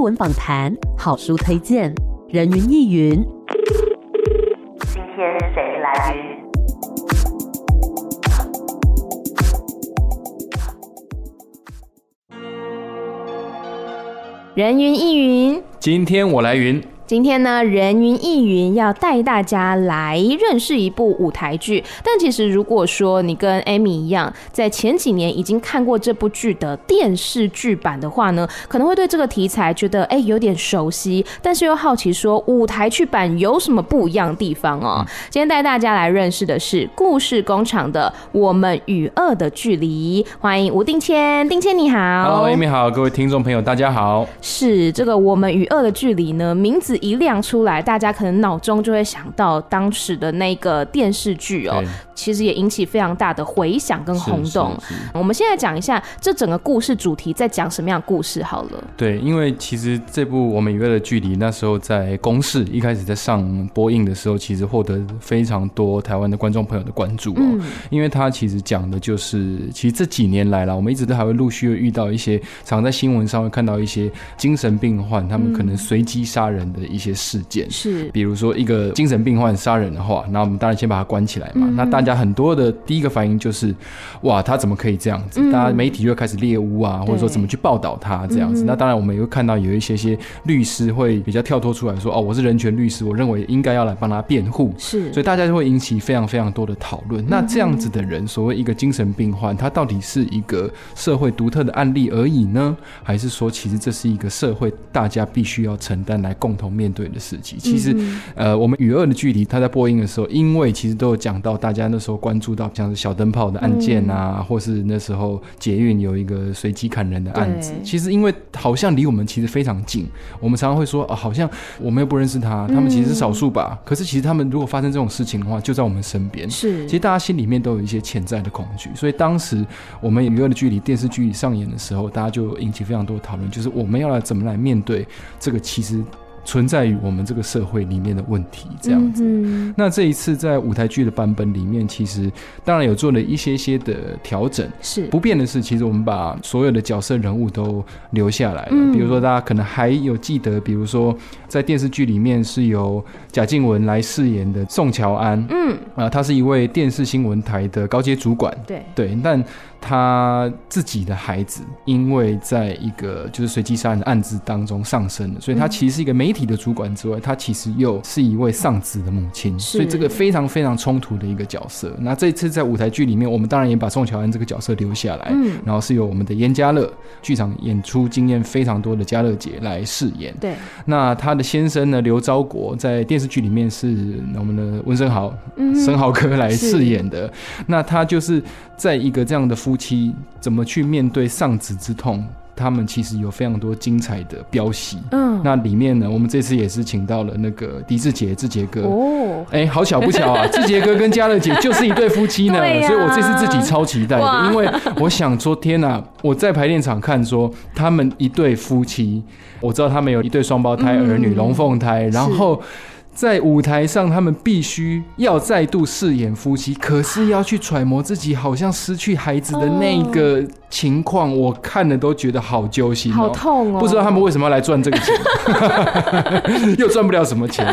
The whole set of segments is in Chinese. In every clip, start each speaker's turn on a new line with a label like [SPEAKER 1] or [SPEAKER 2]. [SPEAKER 1] 文访谈、好书推荐、人云亦云。
[SPEAKER 2] 今天谁来云？
[SPEAKER 3] 人云亦云。
[SPEAKER 4] 今天我来云，
[SPEAKER 3] 今天呢，人云亦云要带大家来认识一部舞台剧。但其实，如果说你跟 Amy 一样，在前几年已经看过这部剧的电视剧版的话呢，可能会对这个题材觉得哎、有点熟悉，但是又好奇说舞台剧版有什么不一样的地方哦。今天带大家来认识的是故事工厂的《我们与恶的距离》，欢迎吴定谦，定谦你好
[SPEAKER 4] Hello，Amy 好，各位听众朋友，大家好。
[SPEAKER 3] 是这个我们与恶的距离呢，名字一亮出来，大家可能脑中就会想到当时的那个电视剧哦
[SPEAKER 4] 对，
[SPEAKER 3] 其实也引起非常大的回响跟轰动。
[SPEAKER 4] 是是是
[SPEAKER 3] 我们现在讲一下这整个故事主题在讲什么样的故事好了。
[SPEAKER 4] 对，因为其实这部《我们与恶的距离》那时候在公视一开始在上播映的时候，其实获得非常多台湾的观众朋友的关注哦。
[SPEAKER 3] 嗯，
[SPEAKER 4] 因为它其实讲的就是，其实这几年来啦，我们一直都还会陆续会遇到一些，常在新闻上会看到一些精神病患他们可
[SPEAKER 3] 嗯
[SPEAKER 4] 能随机杀人的一些事件。
[SPEAKER 3] 是
[SPEAKER 4] 比如说一个精神病患杀人的话，那我们当然先把他关起来嘛。那大家很多的第一个反应就是，哇，他怎么可以这样子？大家媒体就开始猎污啊，或者说怎么去报道他这样子。那当然我们也会看到有一些些律师会比较跳脱出来说，哦，我是人权律师，我认为应该要来帮他辩护。
[SPEAKER 3] 是，
[SPEAKER 4] 所以大家就会引起非常非常多的讨论。那这样子的人，所谓一个精神病患，他到底是一个社会独特的案例而已呢，还是说其实这是一个社会大家必须要承担来共同面对的事
[SPEAKER 3] 嗯
[SPEAKER 4] 情？其实，呃，我们与恶的距离，他在播映的时候，因为其实都有讲到，大家那时候关注到像是小灯泡的案件啊，或是那时候捷运有一个随机砍人的案子
[SPEAKER 3] 对，
[SPEAKER 4] 其实因为好像离我们其实非常近，我们常常会说啊，好像我们又不认识他，他们其实是少数吧。可是其实他们如果发生这种事情的话，就在我们身边。
[SPEAKER 3] 是，
[SPEAKER 4] 其实大家心里面都有一些潜在的恐惧，所以当时我们《娱乐的距离》电视剧上演的时候，大家就引起非常多的讨论，就是我们要来怎么来面对这个其实存在于我们这个社会里面的问题，这样子。
[SPEAKER 3] 嗯
[SPEAKER 4] 那这一次在舞台剧的版本里面，其实当然有做了一些些的调整，
[SPEAKER 3] 哼是
[SPEAKER 4] 不变的是，其实我们把所有的角色人物都留下来了。
[SPEAKER 3] 嗯
[SPEAKER 4] 比如说，大家可能还有记得，比如说在电视剧里面是由贾静雯来饰演的宋乔安，啊、
[SPEAKER 3] 嗯
[SPEAKER 4] 她是一位电视新闻台的高阶主管。
[SPEAKER 3] 对
[SPEAKER 4] 对，但她自己的孩子因为在一个就是随机杀人的案子当中丧生了，所以
[SPEAKER 3] 嗯
[SPEAKER 4] 她其实是一个媒体的主管之外，她其实又是一位丧子的母亲，
[SPEAKER 3] 是
[SPEAKER 4] 所以这个非常非常冲突的一个角色。那这一次在舞台剧里面，我们当然也把宋乔安这个角色留下来，
[SPEAKER 3] 嗯
[SPEAKER 4] 然后是由我们的燕嘉乐剧场演出经验非常多的嘉乐姐来饰演。
[SPEAKER 3] 对
[SPEAKER 4] 那她的先生呢，刘昭国在电视剧里面是我们的温升豪、
[SPEAKER 3] 嗯
[SPEAKER 4] 申豪哥来
[SPEAKER 3] 是
[SPEAKER 4] 饰演的。那他就是在一个这样的夫妻怎么去面对丧子之痛，他们其实有非常多精彩的标戏。
[SPEAKER 3] 嗯
[SPEAKER 4] 那里面呢，我们这次也是请到了那个狄志杰、志杰哥。
[SPEAKER 3] 哦。
[SPEAKER 4] 哎、好巧不 巧啊！志杰哥跟嘉乐姐就是一对夫妻呢，
[SPEAKER 3] 对呀
[SPEAKER 4] 所以我这次自己超期待的，
[SPEAKER 3] 哇
[SPEAKER 4] 因为我想说，天哪、我在排练场看说他们一对夫妻，我知道他们有一对双胞胎儿女
[SPEAKER 3] 嗯
[SPEAKER 4] 龙凤胎，然后。在舞台上，他们必须要再度饰演夫妻，可是要去揣摩自己好像失去孩子的那
[SPEAKER 3] 哦
[SPEAKER 4] 个情况，我看了都觉得好揪心、哦，
[SPEAKER 3] 好痛哦！
[SPEAKER 4] 不知道他们为什么要来赚这个钱， 又赚不了什么钱。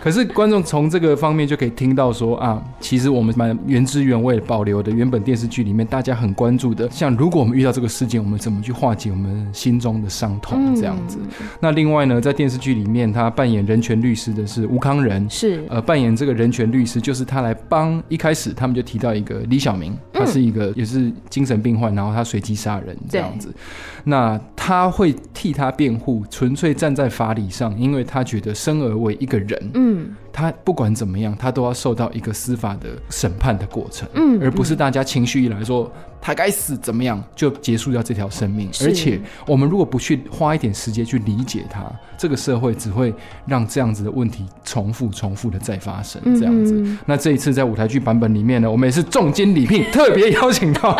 [SPEAKER 4] 可是观众从这个方面就可以听到说啊，其实我们蛮原汁原味地保留的原本电视剧里面大家很关注的，像如果我们遇到这个事件，我们怎么去化解我们心中的伤
[SPEAKER 3] 嗯
[SPEAKER 4] 痛这样子。那另外呢，在电视剧里面，他扮演人权律师的是吴康仁，
[SPEAKER 3] 是
[SPEAKER 4] 呃，扮演这个人权律师，就是他来帮。一开始他们就提到一个李小明，他是一个也是精神病患，然后他随机杀人这样子。那他会替他辩护，纯粹站在法理上，因为他觉得生而为一个人，
[SPEAKER 3] 嗯
[SPEAKER 4] 他不管怎么样，他都要受到一个司法的审判的过程。
[SPEAKER 3] 嗯
[SPEAKER 4] 而不是大家情绪一来说他该死怎么样就结束掉这条生命，
[SPEAKER 3] 是
[SPEAKER 4] 而且我们如果不去花一点时间去理解它，这个社会只会让这样子的问题重复、重复的再发生
[SPEAKER 3] 嗯
[SPEAKER 4] 这样子。
[SPEAKER 3] 嗯
[SPEAKER 4] 那这一次在舞台剧版本里面呢，我们也是重金礼聘，特别邀请到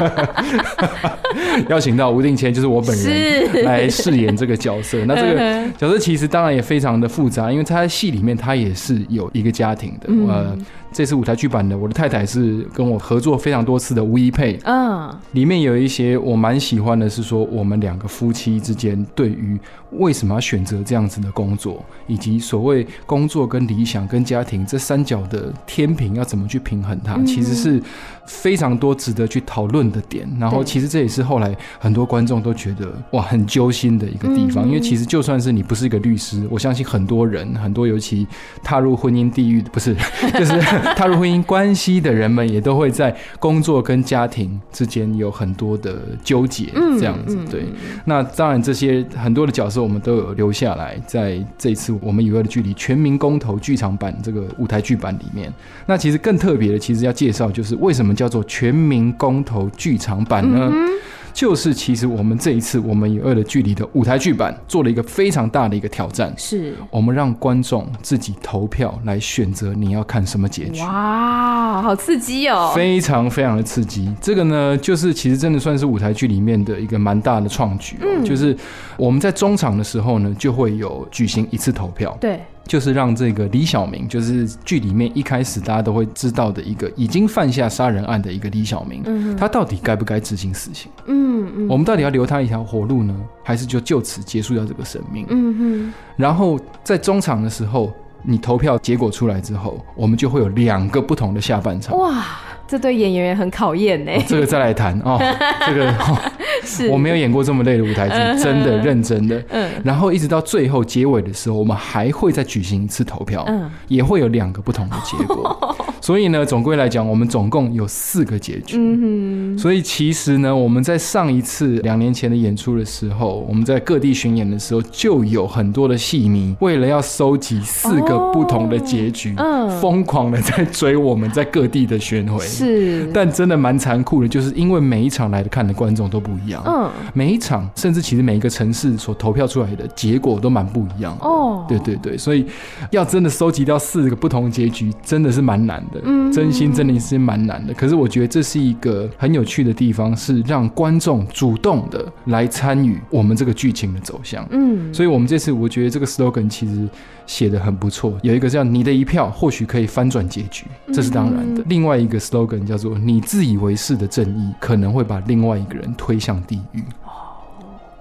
[SPEAKER 4] 邀请到吴定谦，就是我本
[SPEAKER 3] 是嗯
[SPEAKER 4] 人来饰演这个角色。那这个角色其实当然也非常的复杂，因为他在戏里面他也是有一个家庭的，
[SPEAKER 3] 嗯
[SPEAKER 4] 呃，这次舞台剧版的，我的太太是跟我合作非常多次的吴一佩，
[SPEAKER 3] 嗯，
[SPEAKER 4] 里面有一些我蛮喜欢的，是说我们两个夫妻之间对于为什么要选择这样子的工作，以及所谓工作跟理想跟家庭这三角的天平要怎么去平衡它，其实是非常多值得去讨论的点。然后
[SPEAKER 3] 对
[SPEAKER 4] 其实这也是后来很多观众都觉得哇很揪心的一个地方，因为其实就算是你不是一个律师，我相信很多人很多尤其踏入婚姻地狱不是就是踏入婚姻关系的人们，也都会在工作跟家庭之间有很多的纠结，
[SPEAKER 3] 嗯
[SPEAKER 4] 这样子
[SPEAKER 3] 嗯
[SPEAKER 4] 对。那当然，这些很多的角色我们都有留下来，在这一次我们以外的距离全民公投剧场版这个舞台剧版里面。那其实更特别的，其实要介绍就是为什么叫做全民公投剧场版呢？
[SPEAKER 3] 嗯
[SPEAKER 4] 就是其实我们这一次我们以外的距离的舞台剧版做了一个非常大的一个挑战，
[SPEAKER 3] 是，
[SPEAKER 4] 我们让观众自己投票来选择你要看什么结局。
[SPEAKER 3] 哇，好刺激哦！
[SPEAKER 4] 非常非常的刺激，这个呢，就是其实真的算是舞台剧里面的一个蛮大的创举、哦。
[SPEAKER 3] 嗯
[SPEAKER 4] 就是我们在中场的时候呢，就会有举行一次投票，
[SPEAKER 3] 对，
[SPEAKER 4] 就是让这个李小明，就是剧里面一开始大家都会知道的一个已经犯下杀人案的一个李小明，他到底该不该执行死刑？
[SPEAKER 3] 嗯嗯嗯
[SPEAKER 4] 我们到底要留他一条活路呢，还是就就此结束掉这个生命？
[SPEAKER 3] 嗯
[SPEAKER 4] 然后在中场的时候，你投票结果出来之后，我们就会有两个不同的下半场
[SPEAKER 3] 哼，。哇，这对演员很考验呢。
[SPEAKER 4] 哦这个再来谈哦，这个、哦、
[SPEAKER 3] 是
[SPEAKER 4] 我没有演过这么累的舞台剧，真的认真的。
[SPEAKER 3] 嗯
[SPEAKER 4] 然后一直到最后结尾的时候，我们还会再举行一次投票，
[SPEAKER 3] 嗯
[SPEAKER 4] 也会有两个不同的结 果。所以呢，总归来讲，我们总共有四个结局。
[SPEAKER 3] 嗯
[SPEAKER 4] 所以其实呢，我们在上一次两年前的演出的时候，我们在各地巡演的时候，就有很多的戏迷为了要收集四个不同的结局，
[SPEAKER 3] 哦嗯
[SPEAKER 4] 疯狂的在追我们在各地的巡回。
[SPEAKER 3] 哼，是，
[SPEAKER 4] 但真的蛮残酷的，就是因为每一场来的看的观众都不一样，
[SPEAKER 3] 嗯
[SPEAKER 4] 每一场甚至其实每一个城市所投票出来的结果都蛮不一样的。
[SPEAKER 3] 哦，
[SPEAKER 4] 对对对，所以要真的收集到四个不同的结局，真的是蛮难的。嗯，真心真的是蛮难的。可是我觉得这是一个很有趣的地方，是让观众主动的来参与我们这个剧情的走向。
[SPEAKER 3] 嗯，
[SPEAKER 4] 所以我们这次我觉得这个 slogan 其实写的很不错，有一个叫“你的一票或许可以翻转结局”，
[SPEAKER 3] 嗯
[SPEAKER 4] 这是当然的。另外一个 slogan 叫做“你自以为是的正义可能会把另外一个人推向地狱”。
[SPEAKER 3] 哦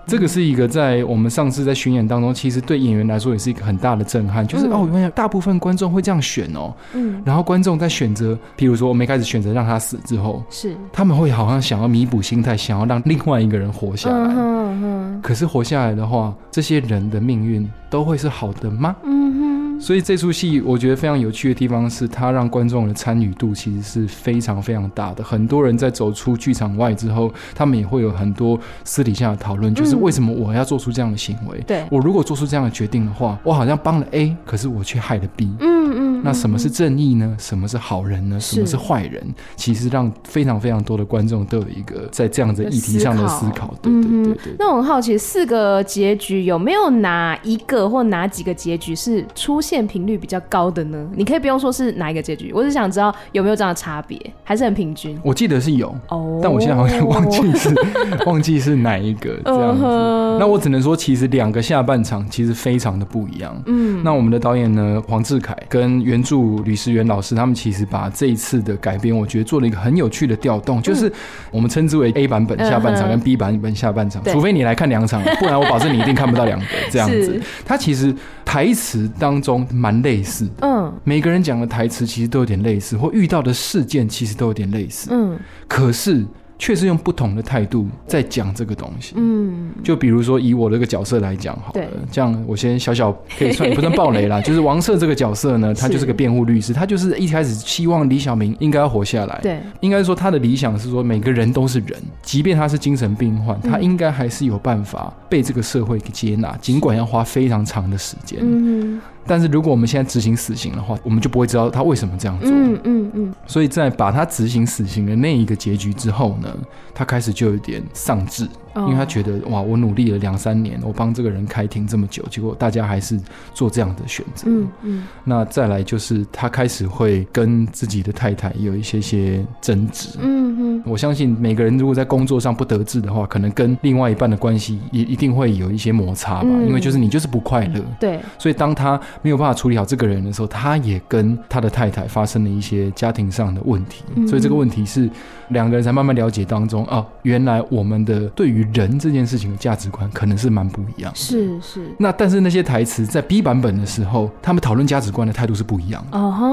[SPEAKER 4] 这个是一个在我们上次在巡演当中，其实对演员来说也是一个很大的震撼，就是、哦，原来大部分观众会这样选哦，
[SPEAKER 3] 嗯
[SPEAKER 4] 然后观众在选择，譬如说我们一开始选择让他死之后，
[SPEAKER 3] 是，
[SPEAKER 4] 他们会好像想要弥补心态，想要让另外一个人活下来。
[SPEAKER 3] 嗯哼哼，
[SPEAKER 4] 可是活下来的话，这些人的命运都会是好的吗？
[SPEAKER 3] 嗯
[SPEAKER 4] 所以这出戏我觉得非常有趣的地方是，它让观众的参与度其实是非常非常大的。很多人在走出剧场外之后，他们也会有很多私底下的讨
[SPEAKER 3] 嗯
[SPEAKER 4] 论，就是为什么我要做出这样的行为？
[SPEAKER 3] 对
[SPEAKER 4] 我如果做出这样的决定的话，我好像帮了 A，可是我却害了 B。
[SPEAKER 3] 哼，嗯嗯，
[SPEAKER 4] 那什么是正义呢？什么是好人呢？
[SPEAKER 3] 是
[SPEAKER 4] 什么是坏人？其实让非常非常多的观众都有一个在这样的议题上的思考。对对对
[SPEAKER 3] 嗯
[SPEAKER 4] 对
[SPEAKER 3] 哼，那我很好奇，四个结局有没有哪一个或哪几个结局是出现频率比较高的呢？你可以不用说是哪一个结局，我只想知道有没有这样的差别，还是很平均
[SPEAKER 4] 我记得是有，
[SPEAKER 3] 哦。
[SPEAKER 4] 但我现在好像忘记是、 忘记是哪一个这样
[SPEAKER 3] 嗯
[SPEAKER 4] 子。
[SPEAKER 3] 哼
[SPEAKER 4] 那我只能说，其实两个下半场其实非常的不一样。嗯，那我们的导演呢，黄志凯跟原著吕思源老师，他们其实把这一次的改编，我觉得做了一个很有趣的调动，就是我们称之为 A 版本下半场
[SPEAKER 3] 嗯嗯哼
[SPEAKER 4] 跟 B 版本下半场，
[SPEAKER 3] 对
[SPEAKER 4] 除非你来 看两场，不然我保证你一定看不到两个这样子
[SPEAKER 3] 是。
[SPEAKER 4] 它其实台词当中蛮类似的。
[SPEAKER 3] 嗯
[SPEAKER 4] 每个人讲的台词其实都有点类似，或遇到的事件其实都有点类似。
[SPEAKER 3] 嗯
[SPEAKER 4] 可是却是用不同的态度在讲这个东西。
[SPEAKER 3] 嗯，
[SPEAKER 4] 就比如说以我这个角色来讲好了
[SPEAKER 3] 对，
[SPEAKER 4] 这样我先小小可以算不算暴雷 啦？就是王赦这个角色呢，他就是个辩护律师，他就是一开始希望李小明应该要活下来。
[SPEAKER 3] 对，
[SPEAKER 4] 应该说他的理想是说每个人都是人，即便他是精神病患，
[SPEAKER 3] 嗯
[SPEAKER 4] 他应该还是有办法被这个社会接纳，尽管要花非常长的时间。
[SPEAKER 3] 嗯
[SPEAKER 4] 但是如果我们现在执行死刑的话，我们就不会知道他为什么这样做。
[SPEAKER 3] 嗯嗯嗯，
[SPEAKER 4] 所以在把他执行死刑的那一个结局之后呢，他开始就有点丧志，
[SPEAKER 3] 哦
[SPEAKER 4] 因为他觉得哇，我努力了两三年，我帮这个人开庭这么久，结果大家还是做这样的选择。
[SPEAKER 3] 嗯嗯
[SPEAKER 4] 那再来就是他开始会跟自己的太太有一些些争执。
[SPEAKER 3] 嗯嗯，
[SPEAKER 4] 我相信每个人如果在工作上不得志的话，可能跟另外一半的关系也一定会有一些摩擦吧，
[SPEAKER 3] 嗯
[SPEAKER 4] 因为就是你就是不快乐。
[SPEAKER 3] 对，
[SPEAKER 4] 所以，当他没有办法处理好这个人的时候，他也跟他的太太发生了一些家庭上的问题。
[SPEAKER 3] 嗯
[SPEAKER 4] 所以，这个问题是两个人才慢慢了解当中啊，原来我们的对于人这件事情的价值观可能是蛮不一样的。
[SPEAKER 3] 是是，
[SPEAKER 4] 那但是那些台词在 B 版本的时候，他们讨论价值观的态度是不一样的。
[SPEAKER 3] 哦哈，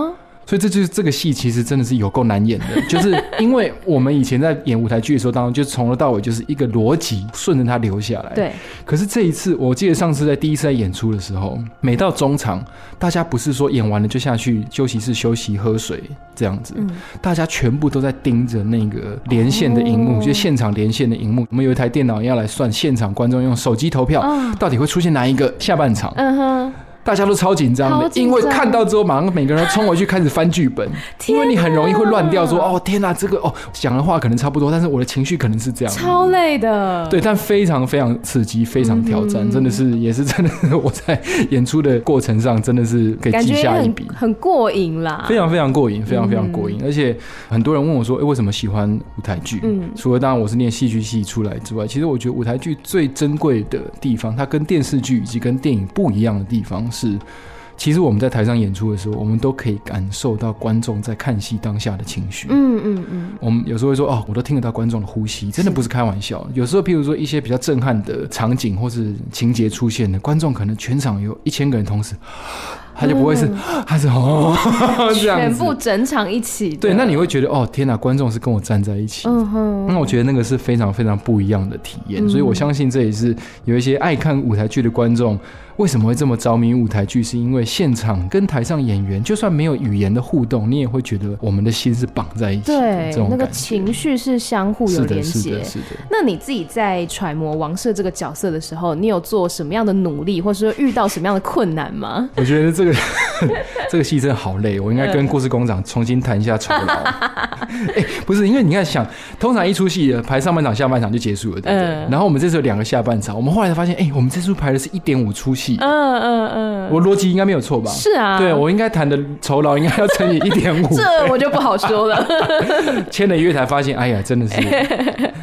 [SPEAKER 4] 所以这就是这个戏，其实真的是有够难演的， 就是因为我们以前在演舞台剧的时候，当中就从头到尾就是一个逻辑顺着它流下来。。
[SPEAKER 3] 对，
[SPEAKER 4] 可是这一次，我记得上次在第一次在演出的时候，每到中场，大家不是说演完了就下去休息室休息喝水这样子，
[SPEAKER 3] 嗯
[SPEAKER 4] 大家全部都在盯着那个连线的荧幕，
[SPEAKER 3] 哦
[SPEAKER 4] 就现场连线的荧幕。我们有一台电脑要来算现场观众用手机投票。
[SPEAKER 3] 啊，
[SPEAKER 4] 到底会出现哪一个下半场？
[SPEAKER 3] 嗯哼，
[SPEAKER 4] 大家都超紧张
[SPEAKER 3] 好
[SPEAKER 4] 的，
[SPEAKER 3] 紧
[SPEAKER 4] 因为
[SPEAKER 3] 张
[SPEAKER 4] 看到之后马上每个人都冲回去开始翻剧本，因
[SPEAKER 3] 啊
[SPEAKER 4] 为你很容易会乱掉说，
[SPEAKER 3] 天哪
[SPEAKER 4] 哦天哪、这个哦讲的话可能差不多，但是我的情绪可能是这样。
[SPEAKER 3] 超累的，
[SPEAKER 4] 对，但非常非常刺激，非常挑战，
[SPEAKER 3] 嗯
[SPEAKER 4] 真的是也是真的，我在演出的过程上真的是可以
[SPEAKER 3] 感
[SPEAKER 4] 记
[SPEAKER 3] 觉
[SPEAKER 4] 下一
[SPEAKER 3] 很
[SPEAKER 4] 笔。
[SPEAKER 3] 很过瘾啦，
[SPEAKER 4] 非常非常过瘾，非常非常过瘾，而且很多人问我说：“哎、为什么喜欢舞台剧？”
[SPEAKER 3] 嗯
[SPEAKER 4] 除了当然我是念戏剧系出来之外，其实我觉得舞台剧最珍贵的地方，它跟电视剧以及跟电影不一样的地方是，其实我们在台上演出的时候，我们都可以感受到观众在看戏当下的情绪。
[SPEAKER 3] 嗯嗯嗯，
[SPEAKER 4] 我们有时候会说哦，我都听得到观众的呼吸，真的不是开玩笑。有时候，譬如说一些比较震撼的场景或是情节出现的，观众可能全场有一千个人同时，他就不会是， 他是哦 这样
[SPEAKER 3] 嗯全
[SPEAKER 4] 子
[SPEAKER 3] 部。整场一起的，
[SPEAKER 4] 对，那你会觉得哦，天哪，观众是跟我站在一起。
[SPEAKER 3] 嗯哼，
[SPEAKER 4] 那我觉得那个是非常非常不一样的体验，
[SPEAKER 3] 嗯
[SPEAKER 4] 所以我相信这也是有一些爱看舞台剧的观众为什么会这么着迷舞台剧，是因为现场跟台上演员就算没有语言的互动，你也会觉得我们的心是绑在一起的，
[SPEAKER 3] 对
[SPEAKER 4] 这种
[SPEAKER 3] 那个
[SPEAKER 4] 感觉
[SPEAKER 3] 情绪是相互有
[SPEAKER 4] 是
[SPEAKER 3] 连
[SPEAKER 4] 的，是
[SPEAKER 3] 接
[SPEAKER 4] 的，。是的。
[SPEAKER 3] 那你自己在揣摩王社这个角色的时候，你有做什么样的努力，或者说遇到什么样的困难吗？
[SPEAKER 4] 我觉得 这个这个戏真的好累，我应该跟故事工厂重新谈一下酬 劳。哎、不是，因为你看想，通常一出戏排上半场、下半场就结束了，对不对？
[SPEAKER 3] 嗯
[SPEAKER 4] 然后我们这次有两个下半场，我们后来才发现，哎、我们这次排的是一点五出戏，
[SPEAKER 3] 嗯嗯嗯，
[SPEAKER 4] 我逻辑应该没有错吧？
[SPEAKER 3] 是啊，
[SPEAKER 4] 对，我应该谈的酬劳应该要乘以一点五，
[SPEAKER 3] 这我就不好说了。
[SPEAKER 4] 签了约才发现，哎呀，真 的是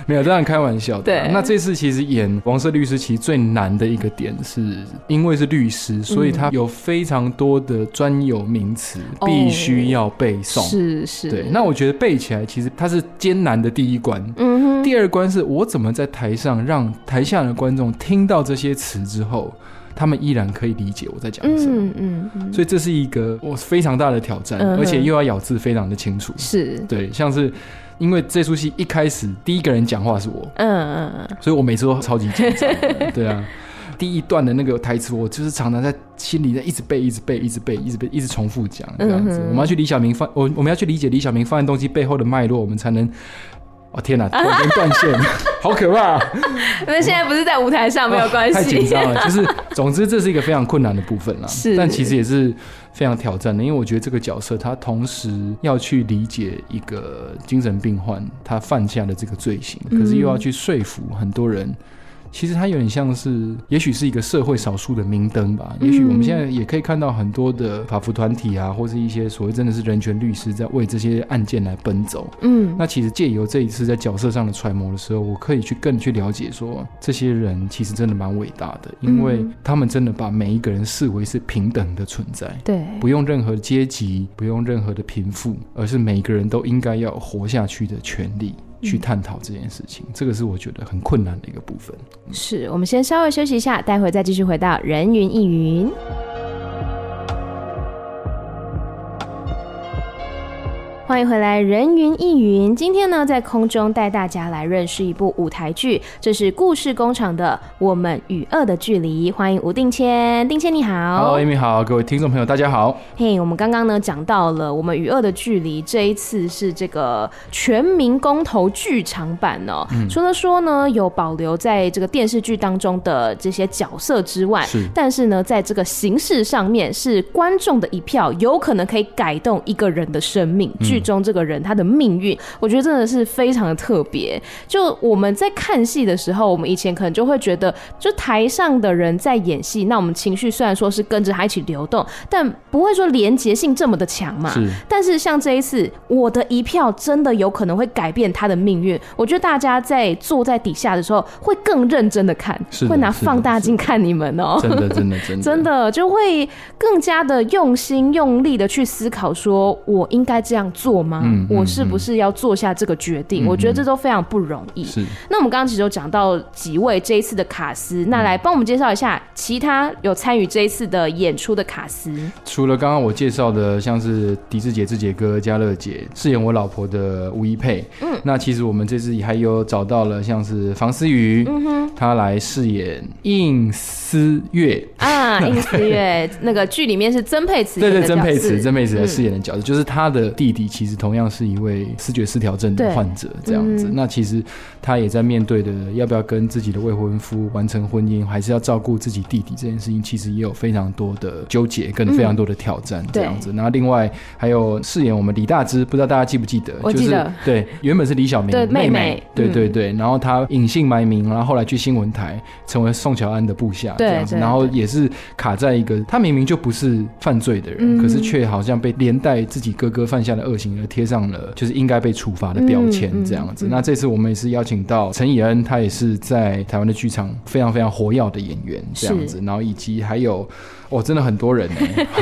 [SPEAKER 4] 没有，当然开玩笑的啊。
[SPEAKER 3] 对
[SPEAKER 4] 那这次其实演王色律师，其实最难的一个点是，因为是律师，所以他有非常多的专有名词
[SPEAKER 3] 哦
[SPEAKER 4] 必须要背诵。
[SPEAKER 3] 是是，
[SPEAKER 4] 对，那我觉得背起来其实它是艰难的第一关。
[SPEAKER 3] 嗯哼，
[SPEAKER 4] 第二关是我怎么在台上让台下的观众听到这些词之后，他们依然可以理解我在讲什么。
[SPEAKER 3] 嗯嗯嗯，
[SPEAKER 4] 所以这是一个我非常大的挑战，
[SPEAKER 3] 嗯哼
[SPEAKER 4] 而且又要咬字非常的清楚。
[SPEAKER 3] 是，
[SPEAKER 4] 对，像是因为这出戏一开始第一个人讲话是我，
[SPEAKER 3] 嗯嗯
[SPEAKER 4] 所以我每次都超级紧张的。对啊，第一段的那个台词，我就是常常在心里在一直背，一直背，一直背，一直背，一直重复讲这样子。
[SPEAKER 3] 嗯哼
[SPEAKER 4] 我们要去李小明犯，我我们要去理解李小明犯案动机背后的脉络，我们才能。哦天 哪，突然间断线，好可怕、啊！
[SPEAKER 3] 嗯，那现在不是在舞台上没有关
[SPEAKER 4] 哦太紧
[SPEAKER 3] 系，
[SPEAKER 4] 张了。就是，总之这是一个非常困难的部分 啦。
[SPEAKER 3] 是
[SPEAKER 4] 但其实也是非常挑战的，因为我觉得这个角色他同时要去理解一个精神病患他犯下的这个罪行，
[SPEAKER 3] 嗯
[SPEAKER 4] 可是又要去说服很多人。其实他有点像是，也许是一个社会少数的明灯吧。
[SPEAKER 3] 嗯
[SPEAKER 4] 也许我们现在也可以看到很多的法服团体啊，或是一些所谓真的是人权律师在为这些案件来奔走。
[SPEAKER 3] 嗯
[SPEAKER 4] 那其实借由这一次在角色上的揣摩的时候，我可以去更去了解说，这些人其实真的蛮伟大的，因为
[SPEAKER 3] 嗯
[SPEAKER 4] 他们真的把每一个人视为是平等的存在。
[SPEAKER 3] 对，
[SPEAKER 4] 不用任何阶级，不用任何的贫富，而是每个人都应该要有活下去的权利，
[SPEAKER 3] 嗯
[SPEAKER 4] 去探讨这件事情。这个是我觉得很困难的一个部分。
[SPEAKER 3] 是我们先稍微休息一下，待会再继续回到人云亦云。欢迎回来，《人云亦云》。今天呢，在空中带大家来认识一部舞台剧，这是故事工厂的《我们与恶的距离》。欢迎吴定谦，定谦你好。
[SPEAKER 4] Hello，Amy 好，各位听众朋友，大家好。
[SPEAKER 3] 嘿我们刚刚呢讲到了《我们与恶的距离》，这一次是这个全民公投剧场版哦。除了说呢有保留在这个电视剧当中的这些角色之外，
[SPEAKER 4] 是
[SPEAKER 3] 但是呢在这个
[SPEAKER 4] 嗯
[SPEAKER 3] 形式上面是观众的一票，有可能可以改动一个人的生命。据踪这个人他的命运，我觉得真的是非常的特别。就我们在看戏的时候，我们以前可能就会觉得，就台上的人在演戏，那我们情绪虽然说是跟着他一起流动，但不会说连结性这么的强嘛。
[SPEAKER 4] 是
[SPEAKER 3] 但是像这一次，我的一票真的有可能会改变他的命运。我觉得大家在坐在底下的时候，会更认真的看，
[SPEAKER 4] 是的
[SPEAKER 3] 会拿
[SPEAKER 4] 是的
[SPEAKER 3] 放大镜看你们哦、
[SPEAKER 4] 真的真的真的
[SPEAKER 3] 真的就会更加的用心用力的去思考，说我应该这样做吗？
[SPEAKER 4] 嗯嗯
[SPEAKER 3] 我是不是要做下这个决定？我觉得这都非常不容易。
[SPEAKER 4] 是
[SPEAKER 3] 那我们刚刚其实有讲到几位这一次的卡司，那来帮我们介绍一下其他有参与这一次的演出的卡 司。
[SPEAKER 4] 除了刚刚我介绍的，像是狄志杰、志杰哥、嘉乐姐饰演我老婆的吴一佩，嗯，那其实我们这次还有找到了像是房思雨，嗯哼，她来饰演应思月，
[SPEAKER 3] 啊，应思月那个剧里面是曾沛慈
[SPEAKER 4] 对
[SPEAKER 3] 演的角色，
[SPEAKER 4] 对，
[SPEAKER 3] 嗯
[SPEAKER 4] 曾沛慈，曾沛慈来饰演的角色，就是她的弟弟，其实同样是一位视觉失调症的
[SPEAKER 3] 对嗯
[SPEAKER 4] 患者，这样子。那其实她也在面对的要不要跟自己的未婚夫完成婚姻，还是要照顾自己弟弟这件事情，其实也有非常多的纠结跟
[SPEAKER 3] 嗯
[SPEAKER 4] 非常多的挑战，这样子。那另外还有饰演我们李大芝，不知道大家记不记得？
[SPEAKER 3] 我
[SPEAKER 4] 就
[SPEAKER 3] 记
[SPEAKER 4] 是
[SPEAKER 3] 得
[SPEAKER 4] 对，原本是李小梅
[SPEAKER 3] 对妹
[SPEAKER 4] 妹
[SPEAKER 3] 妹
[SPEAKER 4] 对
[SPEAKER 3] 嗯
[SPEAKER 4] 对对。然后她隐姓埋名，然后后来去新闻台成为宋乔安的部下，这
[SPEAKER 3] 对
[SPEAKER 4] 样子。
[SPEAKER 3] 对
[SPEAKER 4] 然后
[SPEAKER 3] 对
[SPEAKER 4] 也是卡在一个他明明就不是犯罪的人，
[SPEAKER 3] 嗯
[SPEAKER 4] 可是却好像被连带自己哥哥犯下的恶行而贴上了就是应该被处罚的标签
[SPEAKER 3] 嗯嗯
[SPEAKER 4] 这样子。
[SPEAKER 3] 嗯
[SPEAKER 4] 那这次我们也是邀请到陈以恩，他也是在台湾的剧场非常非常活跃的演员这样子，然后以及还有。哦，真的很多人呢、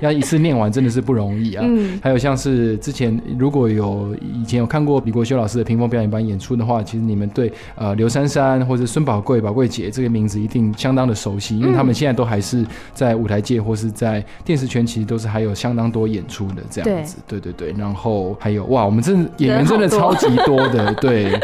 [SPEAKER 4] 要一次念完真的是不容易啊。
[SPEAKER 3] 嗯
[SPEAKER 4] 还有像是之前如果有以前有看过李国修老师的屏风表演班演出的话，其实你们对呃刘珊珊或者孙宝贵、宝贵姐这个名字一定相当的熟悉，因为他们现在都还是在舞台界或是在电视圈，其实都是还有相当多演出的这样子。对对对，然后还有哇，我们真的演员真的
[SPEAKER 3] 人好
[SPEAKER 4] 超
[SPEAKER 3] 多
[SPEAKER 4] 级多的，对。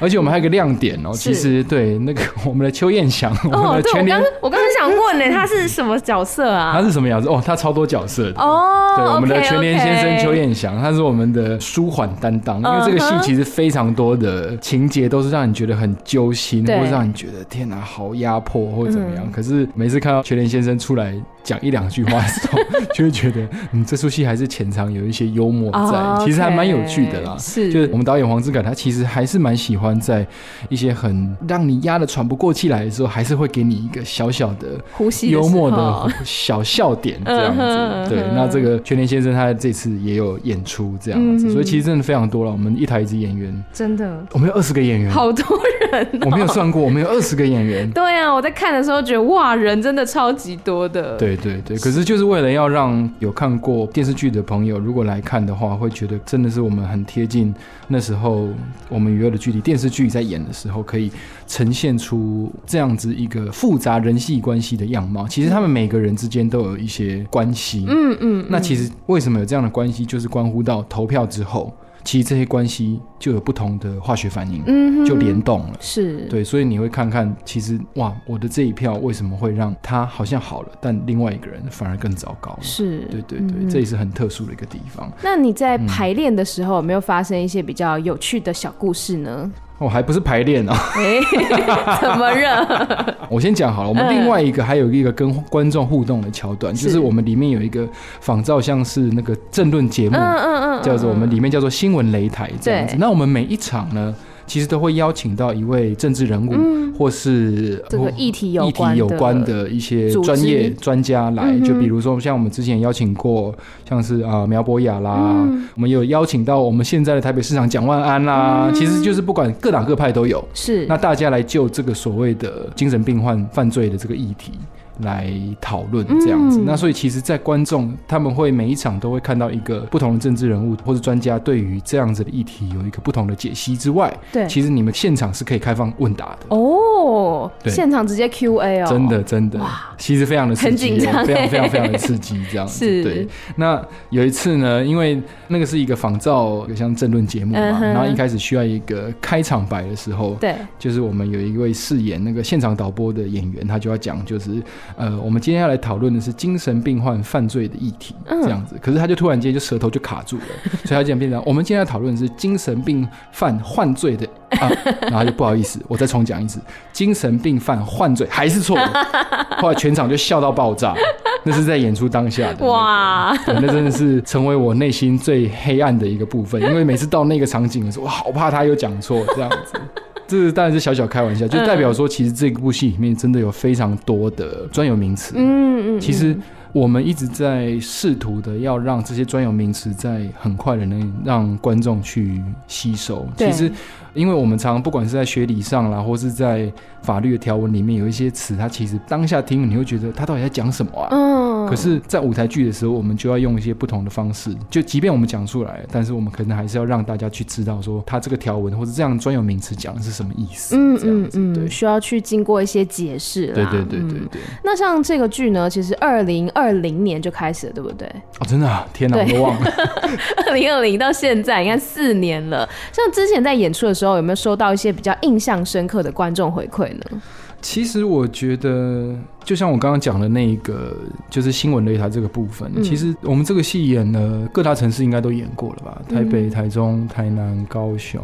[SPEAKER 4] 而且我们还有一个亮点哦，
[SPEAKER 3] 是
[SPEAKER 4] 其实对那个我们的邱燕翔，我们
[SPEAKER 3] 哦，
[SPEAKER 4] 的
[SPEAKER 3] 对
[SPEAKER 4] 全
[SPEAKER 3] 我
[SPEAKER 4] 年
[SPEAKER 3] 刚我刚刚想问呢，他是什么角色
[SPEAKER 4] 他
[SPEAKER 3] 啊？
[SPEAKER 4] 是什么样子？哦，他超多角色的。
[SPEAKER 3] 哦，
[SPEAKER 4] 对，我们的
[SPEAKER 3] OK，OK
[SPEAKER 4] 全联先生邱彦祥，他是我们的舒缓担当，因为这个戏
[SPEAKER 3] 嗯哼
[SPEAKER 4] 其实非常多的情节都是让你觉得很揪心，或
[SPEAKER 3] 对嗯
[SPEAKER 4] 者让你觉得天哪、好压迫或者怎么样。可是每次看到全联先生出来讲一两句话的时候，就会觉得，嗯，这出戏还是潜藏有一些幽默在，
[SPEAKER 3] 哦
[SPEAKER 4] 其实还
[SPEAKER 3] OK
[SPEAKER 4] 蛮有趣的啦。
[SPEAKER 3] 是
[SPEAKER 4] 就是我们导演黄志凯，他其实还是蛮喜欢在一些很让你压得喘不过气来的时候，还是会给你一个小小的
[SPEAKER 3] 呼吸的时候
[SPEAKER 4] 幽默的小笑点这样
[SPEAKER 3] 嗯哼
[SPEAKER 4] 子。对
[SPEAKER 3] 嗯哼，
[SPEAKER 4] 那这个全联先生他这次也有演出这样
[SPEAKER 3] 嗯
[SPEAKER 4] 子，所以其实真的非常多了。我们一台一支演员，
[SPEAKER 3] 真的
[SPEAKER 4] 我们有二十个演员，
[SPEAKER 3] 好多人哦、
[SPEAKER 4] 我没有算过，我们有二十个 演员。
[SPEAKER 3] 对啊，我在看的时候觉得哇，人真的超级多的。，
[SPEAKER 4] 对对对，可是就是为了要让有看过电视剧的朋友，如果来看的话，会觉得真的是我们很贴近那时候我们娱乐的距离。电视剧在演的时候，可以呈现出这样子一个复杂人际关系的样貌。其实他们每个人之间都有一些关系，
[SPEAKER 3] 嗯嗯，
[SPEAKER 4] 那其实为什么有这样的关系，就是关乎到投票之后，其实这些关系就有不同的化学反应，
[SPEAKER 3] 嗯哼
[SPEAKER 4] 就联动了。
[SPEAKER 3] 是，
[SPEAKER 4] 对，所以你会看看，其实哇，我的这一票为什么会让他好像好了，但另外一个人反而更糟糕了？
[SPEAKER 3] 是，嗯
[SPEAKER 4] 对嗯对对，这也是很特殊的一个地方。
[SPEAKER 3] 那你在排练的时候有没有发生一些比较有趣的小故事 呢？
[SPEAKER 4] 哦，还不是排练啊，
[SPEAKER 3] 哎、 怎么
[SPEAKER 4] 嗯
[SPEAKER 3] 了？
[SPEAKER 4] 我先讲好了，我们
[SPEAKER 3] 嗯
[SPEAKER 4] 另外一个还有一个跟观众互动的桥段，就是是我们里面有一个仿照像是那个政论节目，
[SPEAKER 3] 嗯嗯嗯，
[SPEAKER 4] 叫做我们里面叫做新闻擂台这样子
[SPEAKER 3] 对。
[SPEAKER 4] 那我们每一场呢，其实都会邀请到一位政治人物，或是
[SPEAKER 3] 嗯这个议题有
[SPEAKER 4] 哦议题
[SPEAKER 3] 关的
[SPEAKER 4] 有关的一些
[SPEAKER 3] 组织嗯
[SPEAKER 4] 专业专家来，就比如说像我们之前邀请过，像是啊、呃苗博雅啦，
[SPEAKER 3] 嗯
[SPEAKER 4] 我们有邀请到我们现在的台北市长蒋万安啦，
[SPEAKER 3] 嗯
[SPEAKER 4] 其实就是不管各党各派都有。
[SPEAKER 3] 是
[SPEAKER 4] 那大家来就这个所谓的精神病患犯罪的这个议题来讨论这样子。
[SPEAKER 3] 嗯
[SPEAKER 4] 那所以其实，在观众他们会每一场都会看到一个不同的政治人物或者专家对于这样子的议题有一个不同的解析之外，
[SPEAKER 3] 对
[SPEAKER 4] 其实你们现场是可以开放问答的。
[SPEAKER 3] 哦，
[SPEAKER 4] 对
[SPEAKER 3] 现场直接 Q A 哦，
[SPEAKER 4] 真的，真的，其实非常的刺激，
[SPEAKER 3] 很紧张
[SPEAKER 4] 非常
[SPEAKER 3] 欸
[SPEAKER 4] 非常非常的刺激，这 样子。
[SPEAKER 3] 是
[SPEAKER 4] 对，那有一次呢，因为那个是一个仿照像政论节目嘛，
[SPEAKER 3] 嗯哼
[SPEAKER 4] 然后一开始需要一个开场白的时候，
[SPEAKER 3] 对，
[SPEAKER 4] 就是我们有一位饰演那个现场导播的演员，他就要讲，就是呃，我们今天要来讨论的是精神病患犯罪的议题，这样子。可是他就突然间就舌头就卡住了， 所以他竟然变成我们今天要讨论的是精神病犯患罪的啊，然后他就不好意思，我再重讲一次，精神病犯患罪还是错的。后来全场就笑到爆炸，那是在演出当下的、那个
[SPEAKER 3] 哇，
[SPEAKER 4] 对那真的是成为我内心最黑暗的一个部分，因为每次到那个场景的时候，我好怕他有讲错这样子。这当然是小小开玩笑，就代表说，其实这部戏里面真的有非常多的专有名词。
[SPEAKER 3] 嗯嗯，
[SPEAKER 4] 其实我们一直在试图的要让这些专有名词在很快的能让观众去吸收。
[SPEAKER 3] 对
[SPEAKER 4] 其实，因为我们常常不管是在学理上啦，或是在法律的条文里面，有一些词，它其实当下听你会觉得他到底在讲什么啊？
[SPEAKER 3] 嗯，
[SPEAKER 4] 可是，在舞台剧的时候，我们就要用一些不同的方式。就即便我们讲出来，但是我们可能还是要让大家去知道，说它这个条文或者这样专有名词讲的是什么意思。
[SPEAKER 3] 嗯
[SPEAKER 4] 这
[SPEAKER 3] 嗯
[SPEAKER 4] 样子，对
[SPEAKER 3] 嗯，需要去经过一些解释啦。
[SPEAKER 4] 对对对对
[SPEAKER 3] 嗯
[SPEAKER 4] 对。
[SPEAKER 3] 那像这个剧呢，其实二零二零年就开始了，对不对？
[SPEAKER 4] 哦，真的、啊，天哪，我
[SPEAKER 3] 对
[SPEAKER 4] 都忘了。
[SPEAKER 3] 二零二零到现在，你看四年了。像之前在演出的时候，有没有收到一些比较印象深刻的观众回馈呢？
[SPEAKER 4] 其实我觉得，就像我刚刚讲的那一个，就是新闻擂台这个部分，
[SPEAKER 3] 嗯
[SPEAKER 4] 其实我们这个戏演了各大城市应该都演过了吧？台
[SPEAKER 3] 嗯
[SPEAKER 4] 北、台中、台南、高雄，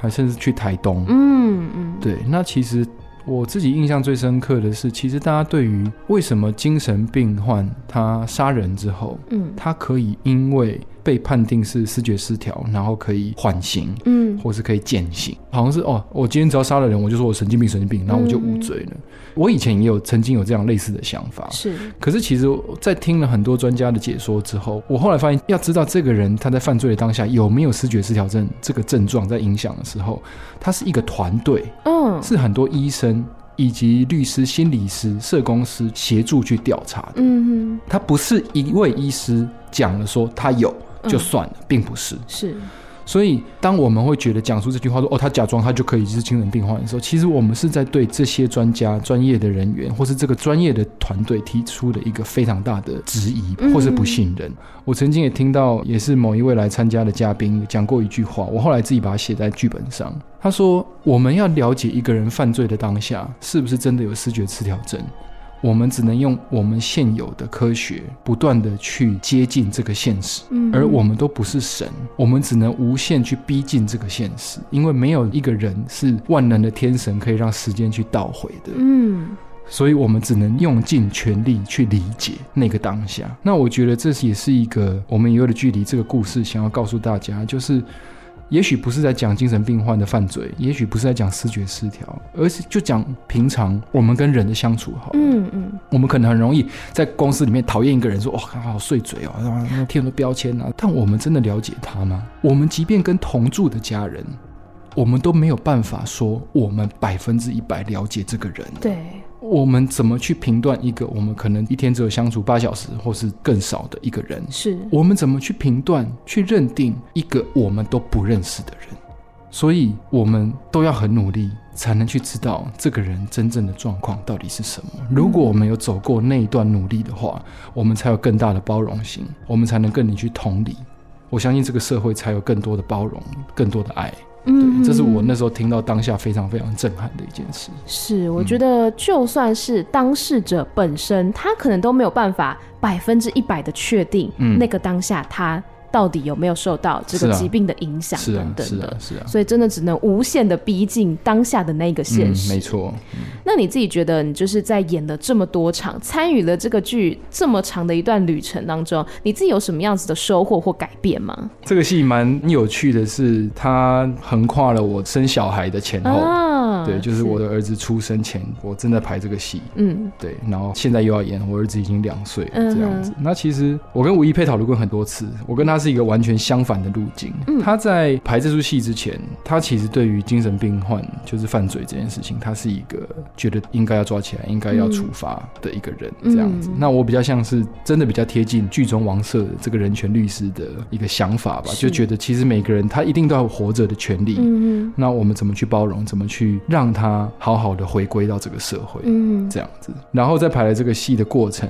[SPEAKER 4] 还甚至去台东。
[SPEAKER 3] 嗯嗯，
[SPEAKER 4] 对，那其实我自己印象最深刻的是，其实大家对于为什么精神病患他杀人之后，
[SPEAKER 3] 嗯
[SPEAKER 4] 他可以因为被判定是视觉失调，然后可以缓刑。
[SPEAKER 3] 嗯
[SPEAKER 4] 或是可以减刑，好像是哦，我今天只要杀了人，我就说我神经病，神经病，然后我就无罪了。我以前也有曾经有这样类似的想法，
[SPEAKER 3] 是
[SPEAKER 4] 可是其实，在听了很多专家的解说之后，我后来发现，要知道这个人他在犯罪的当下有没有视觉失调症这个症状在影响的时候，他是一个团队，
[SPEAKER 3] 嗯
[SPEAKER 4] 是很多医生以及律师、心理师、社工师协助去调查的。
[SPEAKER 3] 嗯
[SPEAKER 4] 他不是一位医师讲了说他有
[SPEAKER 3] 嗯
[SPEAKER 4] 就算了，并不是。
[SPEAKER 3] 哼是嗯
[SPEAKER 4] 所以，当我们会觉得讲出这句话说“哦，他假装他就可以是精神病患”的时候，其实我们是在对这些专家、专业的人员，或是这个专业的团队提出的一个非常大的质疑
[SPEAKER 3] 嗯
[SPEAKER 4] 或是不信任。我曾经也听到，也是某一位来参加的嘉宾讲过一句话，我后来自己把它写在剧本上。他说：“我们要了解一个人犯罪的当下是不是真的有视觉失调症。”我们只能用我们现有的科学，不断的去接近这个现实。
[SPEAKER 3] 嗯
[SPEAKER 4] 而我们都不是神，我们只能无限去逼近这个现实，因为没有一个人是万能的天神可以让时间去倒回的，
[SPEAKER 3] 嗯
[SPEAKER 4] 所以我们只能用尽全力去理解那个当下。那我觉得这也是一个我们以后的距离这个故事想要告诉大家，就是。也许不是在讲精神病患的犯罪，也许不是在讲视觉失调，而是就讲平常我们跟人的相处好了。
[SPEAKER 3] 嗯嗯
[SPEAKER 4] 我们可能很容易在公司里面讨厌一个人说，哇，他好碎嘴哦，啊，那贴很多标签啊。但我们真的了解他吗？我们即便跟同住的家人，我们都没有办法说我们百分之一百了解这个人。
[SPEAKER 3] 对
[SPEAKER 4] 我们怎么去评断一个我们可能一天只有相处八小时或是更少的一个人？
[SPEAKER 3] 是
[SPEAKER 4] 我们怎么去评断、去认定一个我们都不认识的人？所以，我们都要很努力，才能去知道这个人真正的状况到底是什么。如果我们有走过那一段努力的话，我们才有更大的包容心，我们才能更能去同理。我相信这个社会才有更多的包容，更多的爱。
[SPEAKER 3] 嗯
[SPEAKER 4] 对，这是我
[SPEAKER 3] 嗯
[SPEAKER 4] 那时候听到当下非常非常震撼的一件事。
[SPEAKER 3] 是，我
[SPEAKER 4] 嗯
[SPEAKER 3] 觉得就算是当事者本身，他可能都没有办法百分之一百的确定，
[SPEAKER 4] 嗯
[SPEAKER 3] 那个当下他到底有没有受到这
[SPEAKER 4] 是
[SPEAKER 3] 个
[SPEAKER 4] 啊
[SPEAKER 3] 疾病的影响
[SPEAKER 4] 是啊
[SPEAKER 3] 等，等
[SPEAKER 4] 是
[SPEAKER 3] 的
[SPEAKER 4] 啊，。是啊，
[SPEAKER 3] 所以真的只能无限的逼近当下的那个现实。
[SPEAKER 4] 嗯没。错。
[SPEAKER 3] 那你自己觉得，你就是在演了这么多场，参与了这个剧这么长的一段旅程当中，你自己有什么样子的收获或改变吗？
[SPEAKER 4] 这个戏蛮有趣的是，它横跨了我生小孩的前后。
[SPEAKER 3] 啊
[SPEAKER 4] 对，就是我的儿子出生前，我正在排这个戏，
[SPEAKER 3] 嗯
[SPEAKER 4] 对，然后现在又要演，我儿子已经两岁了
[SPEAKER 3] 嗯哼
[SPEAKER 4] 这样子。那其实我跟吴一佩讨论过很多次，我跟他是一个完全相反的路径。
[SPEAKER 3] 嗯
[SPEAKER 4] 他在排这出戏之前，他其实对于精神病患就是犯罪这件事情，他是一个觉得应该要抓起来、应该要处罚的一个人这样子。
[SPEAKER 3] 嗯
[SPEAKER 4] 那我比较像是真的比较贴近剧中王社这个人权律师的一个想法吧，
[SPEAKER 3] 是
[SPEAKER 4] 就觉得其实每个人他一定都有活着的权利，
[SPEAKER 3] 嗯
[SPEAKER 4] 那我们怎么去包容，怎么去让他好好的回归到这个社会，
[SPEAKER 3] 嗯
[SPEAKER 4] 这样子。然后在排了这个戏的过程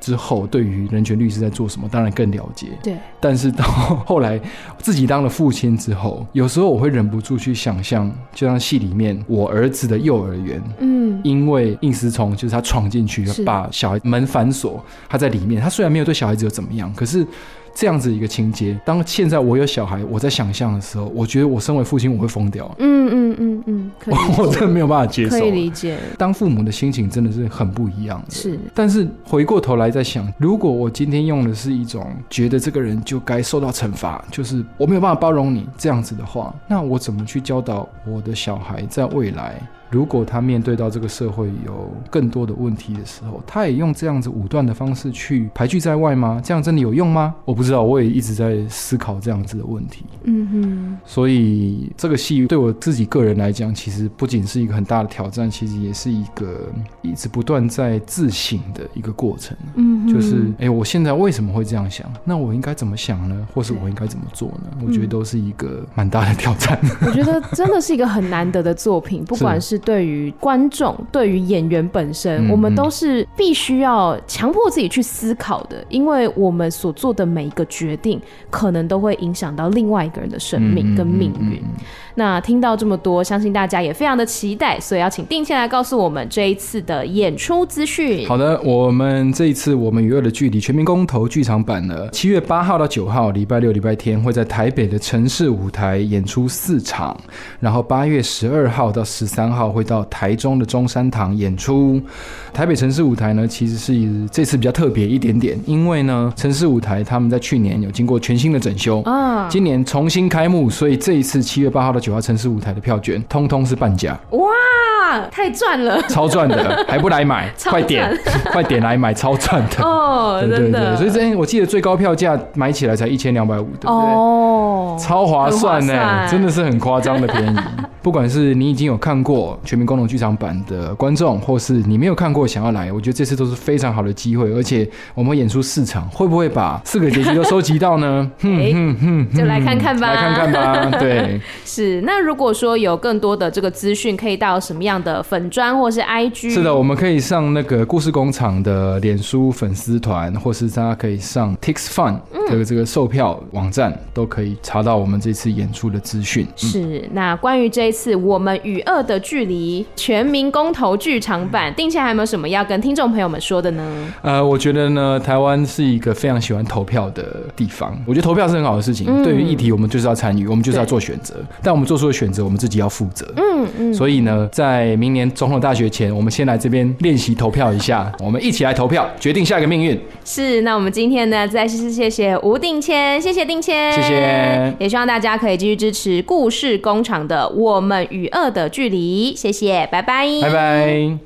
[SPEAKER 4] 之后，对于人权律师在做什么，当然更了解。
[SPEAKER 3] 对，
[SPEAKER 4] 但是到后来自己当了父亲之后，有时候我会忍不住去想象，就像戏里面我儿子的幼儿园。
[SPEAKER 3] 嗯
[SPEAKER 4] 因为应思聪就是他闯进去
[SPEAKER 3] 是
[SPEAKER 4] 把小孩门反锁，他在里面。他虽然没有对小孩子有怎么样，可是这样子一个情节。当现在我有小孩，我在想象的时候，我觉得我身为父亲，我会疯掉，
[SPEAKER 3] 嗯嗯嗯嗯，可以理解
[SPEAKER 4] 我真的没有办法接受
[SPEAKER 3] 可。以理解，
[SPEAKER 4] 当父母的心情真的是很不一样的。
[SPEAKER 3] 是
[SPEAKER 4] 但是回过头来再想，如果我今天用的是一种觉得这个人就该受到惩罚，就是我没有办法包容你这样子的话，那我怎么去教导我的小孩在未来？如果他面对到这个社会有更多的问题的时候，他也用这样子武断的方式去排拒在外吗？这样真的有用吗？我不知道，我也一直在思考这样子的问题。
[SPEAKER 3] 嗯哼，
[SPEAKER 4] 所以这个戏对我自己个人来讲，其实不仅是一个很大的挑战，其实也是一个一直不断在自省的一个过程。
[SPEAKER 3] 嗯哼，
[SPEAKER 4] 就是，哎、我现在为什么会这样想？那我应该怎么想呢？或是我应该怎么做呢？我觉得都是一个蛮大的挑战。
[SPEAKER 3] 我觉得真的是一个很难得的作品，不管是对于观众，对于演员本身，
[SPEAKER 4] 嗯
[SPEAKER 3] 我们都是必须要强迫自己去思考的，因为我们所做的每一个决定，可能都会影响到另外一个人的生命跟命
[SPEAKER 4] 嗯嗯嗯
[SPEAKER 3] 运。那听到这么多，相信大家也非常的期待，所以要请定倩来告诉我们这一次的演出资讯。
[SPEAKER 4] 好的，我们这一次我们与恶的距离全民公投剧场版呢，七月八号到九号，礼拜六、礼拜天会在台北的城市舞台演出四场，然后八月十二号到十三号会到台中的中山堂演出。台北城市舞台呢，其实是这次比较特别一点点，因为呢，城市舞台他们在去年有经过全新的整修。
[SPEAKER 3] 啊，
[SPEAKER 4] 今年重新开幕，所以这一次七月八号到九号城市舞台的票券，通通是半价。
[SPEAKER 3] 哇，太赚了
[SPEAKER 4] 超赚的，还不来买，
[SPEAKER 3] 超
[SPEAKER 4] 快
[SPEAKER 3] 赚
[SPEAKER 4] 点，快点来买，超赚 的。
[SPEAKER 3] 哦，
[SPEAKER 4] 对对
[SPEAKER 3] 真
[SPEAKER 4] 对，
[SPEAKER 3] 的，
[SPEAKER 4] 所以这我记得最高票价买起来才一千两百五，对不对？
[SPEAKER 3] 哦，
[SPEAKER 4] 超划算呢、
[SPEAKER 3] 很划算
[SPEAKER 4] 真的是很夸张的便 宜。不管是你已经有看过《全民公投剧场版》的观众，或是你没有看过想要来，我觉得这次都是非常好的机会。而且我们会演出四场，会不会把四个结局都收集到 呢？
[SPEAKER 3] 哎
[SPEAKER 4] 哼哼
[SPEAKER 3] 就来看看吧
[SPEAKER 4] 嗯来看看吧。
[SPEAKER 3] 嗯
[SPEAKER 4] 对，
[SPEAKER 3] 是，那如果说有更多的这个资讯，可以到什么样的粉砖或是 IG？
[SPEAKER 4] 是的，，我们可以上那个故事工厂的脸书粉丝团，或是大家可以上 Tix Fun 的这个售票网站，都可以查到我们这次演出的资讯。
[SPEAKER 3] 是。那关于这一次我们与恶的距离全民公投剧场版，定下来有没有什么要跟听众朋友们说的呢？
[SPEAKER 4] 呃，我觉得呢，台湾是一个非常喜欢投票的地方。我觉得投票是很好的事
[SPEAKER 3] 嗯
[SPEAKER 4] 情，对于议题我们就是要参与，我们就是要做选择，但我们做出的选择我们自己要负责。
[SPEAKER 3] 嗯嗯，
[SPEAKER 4] 所以呢，在明年总统大学前，我们先来这边练习投票一下，我们一起来投票，决定下一个命运。
[SPEAKER 3] 是。那我们今天呢，再次谢谢吴定谦，谢谢定谦，
[SPEAKER 4] 谢谢
[SPEAKER 3] 也希望大家可以继续支持故事工厂的《我们与恶的距离》，谢谢，拜拜，
[SPEAKER 4] 拜拜。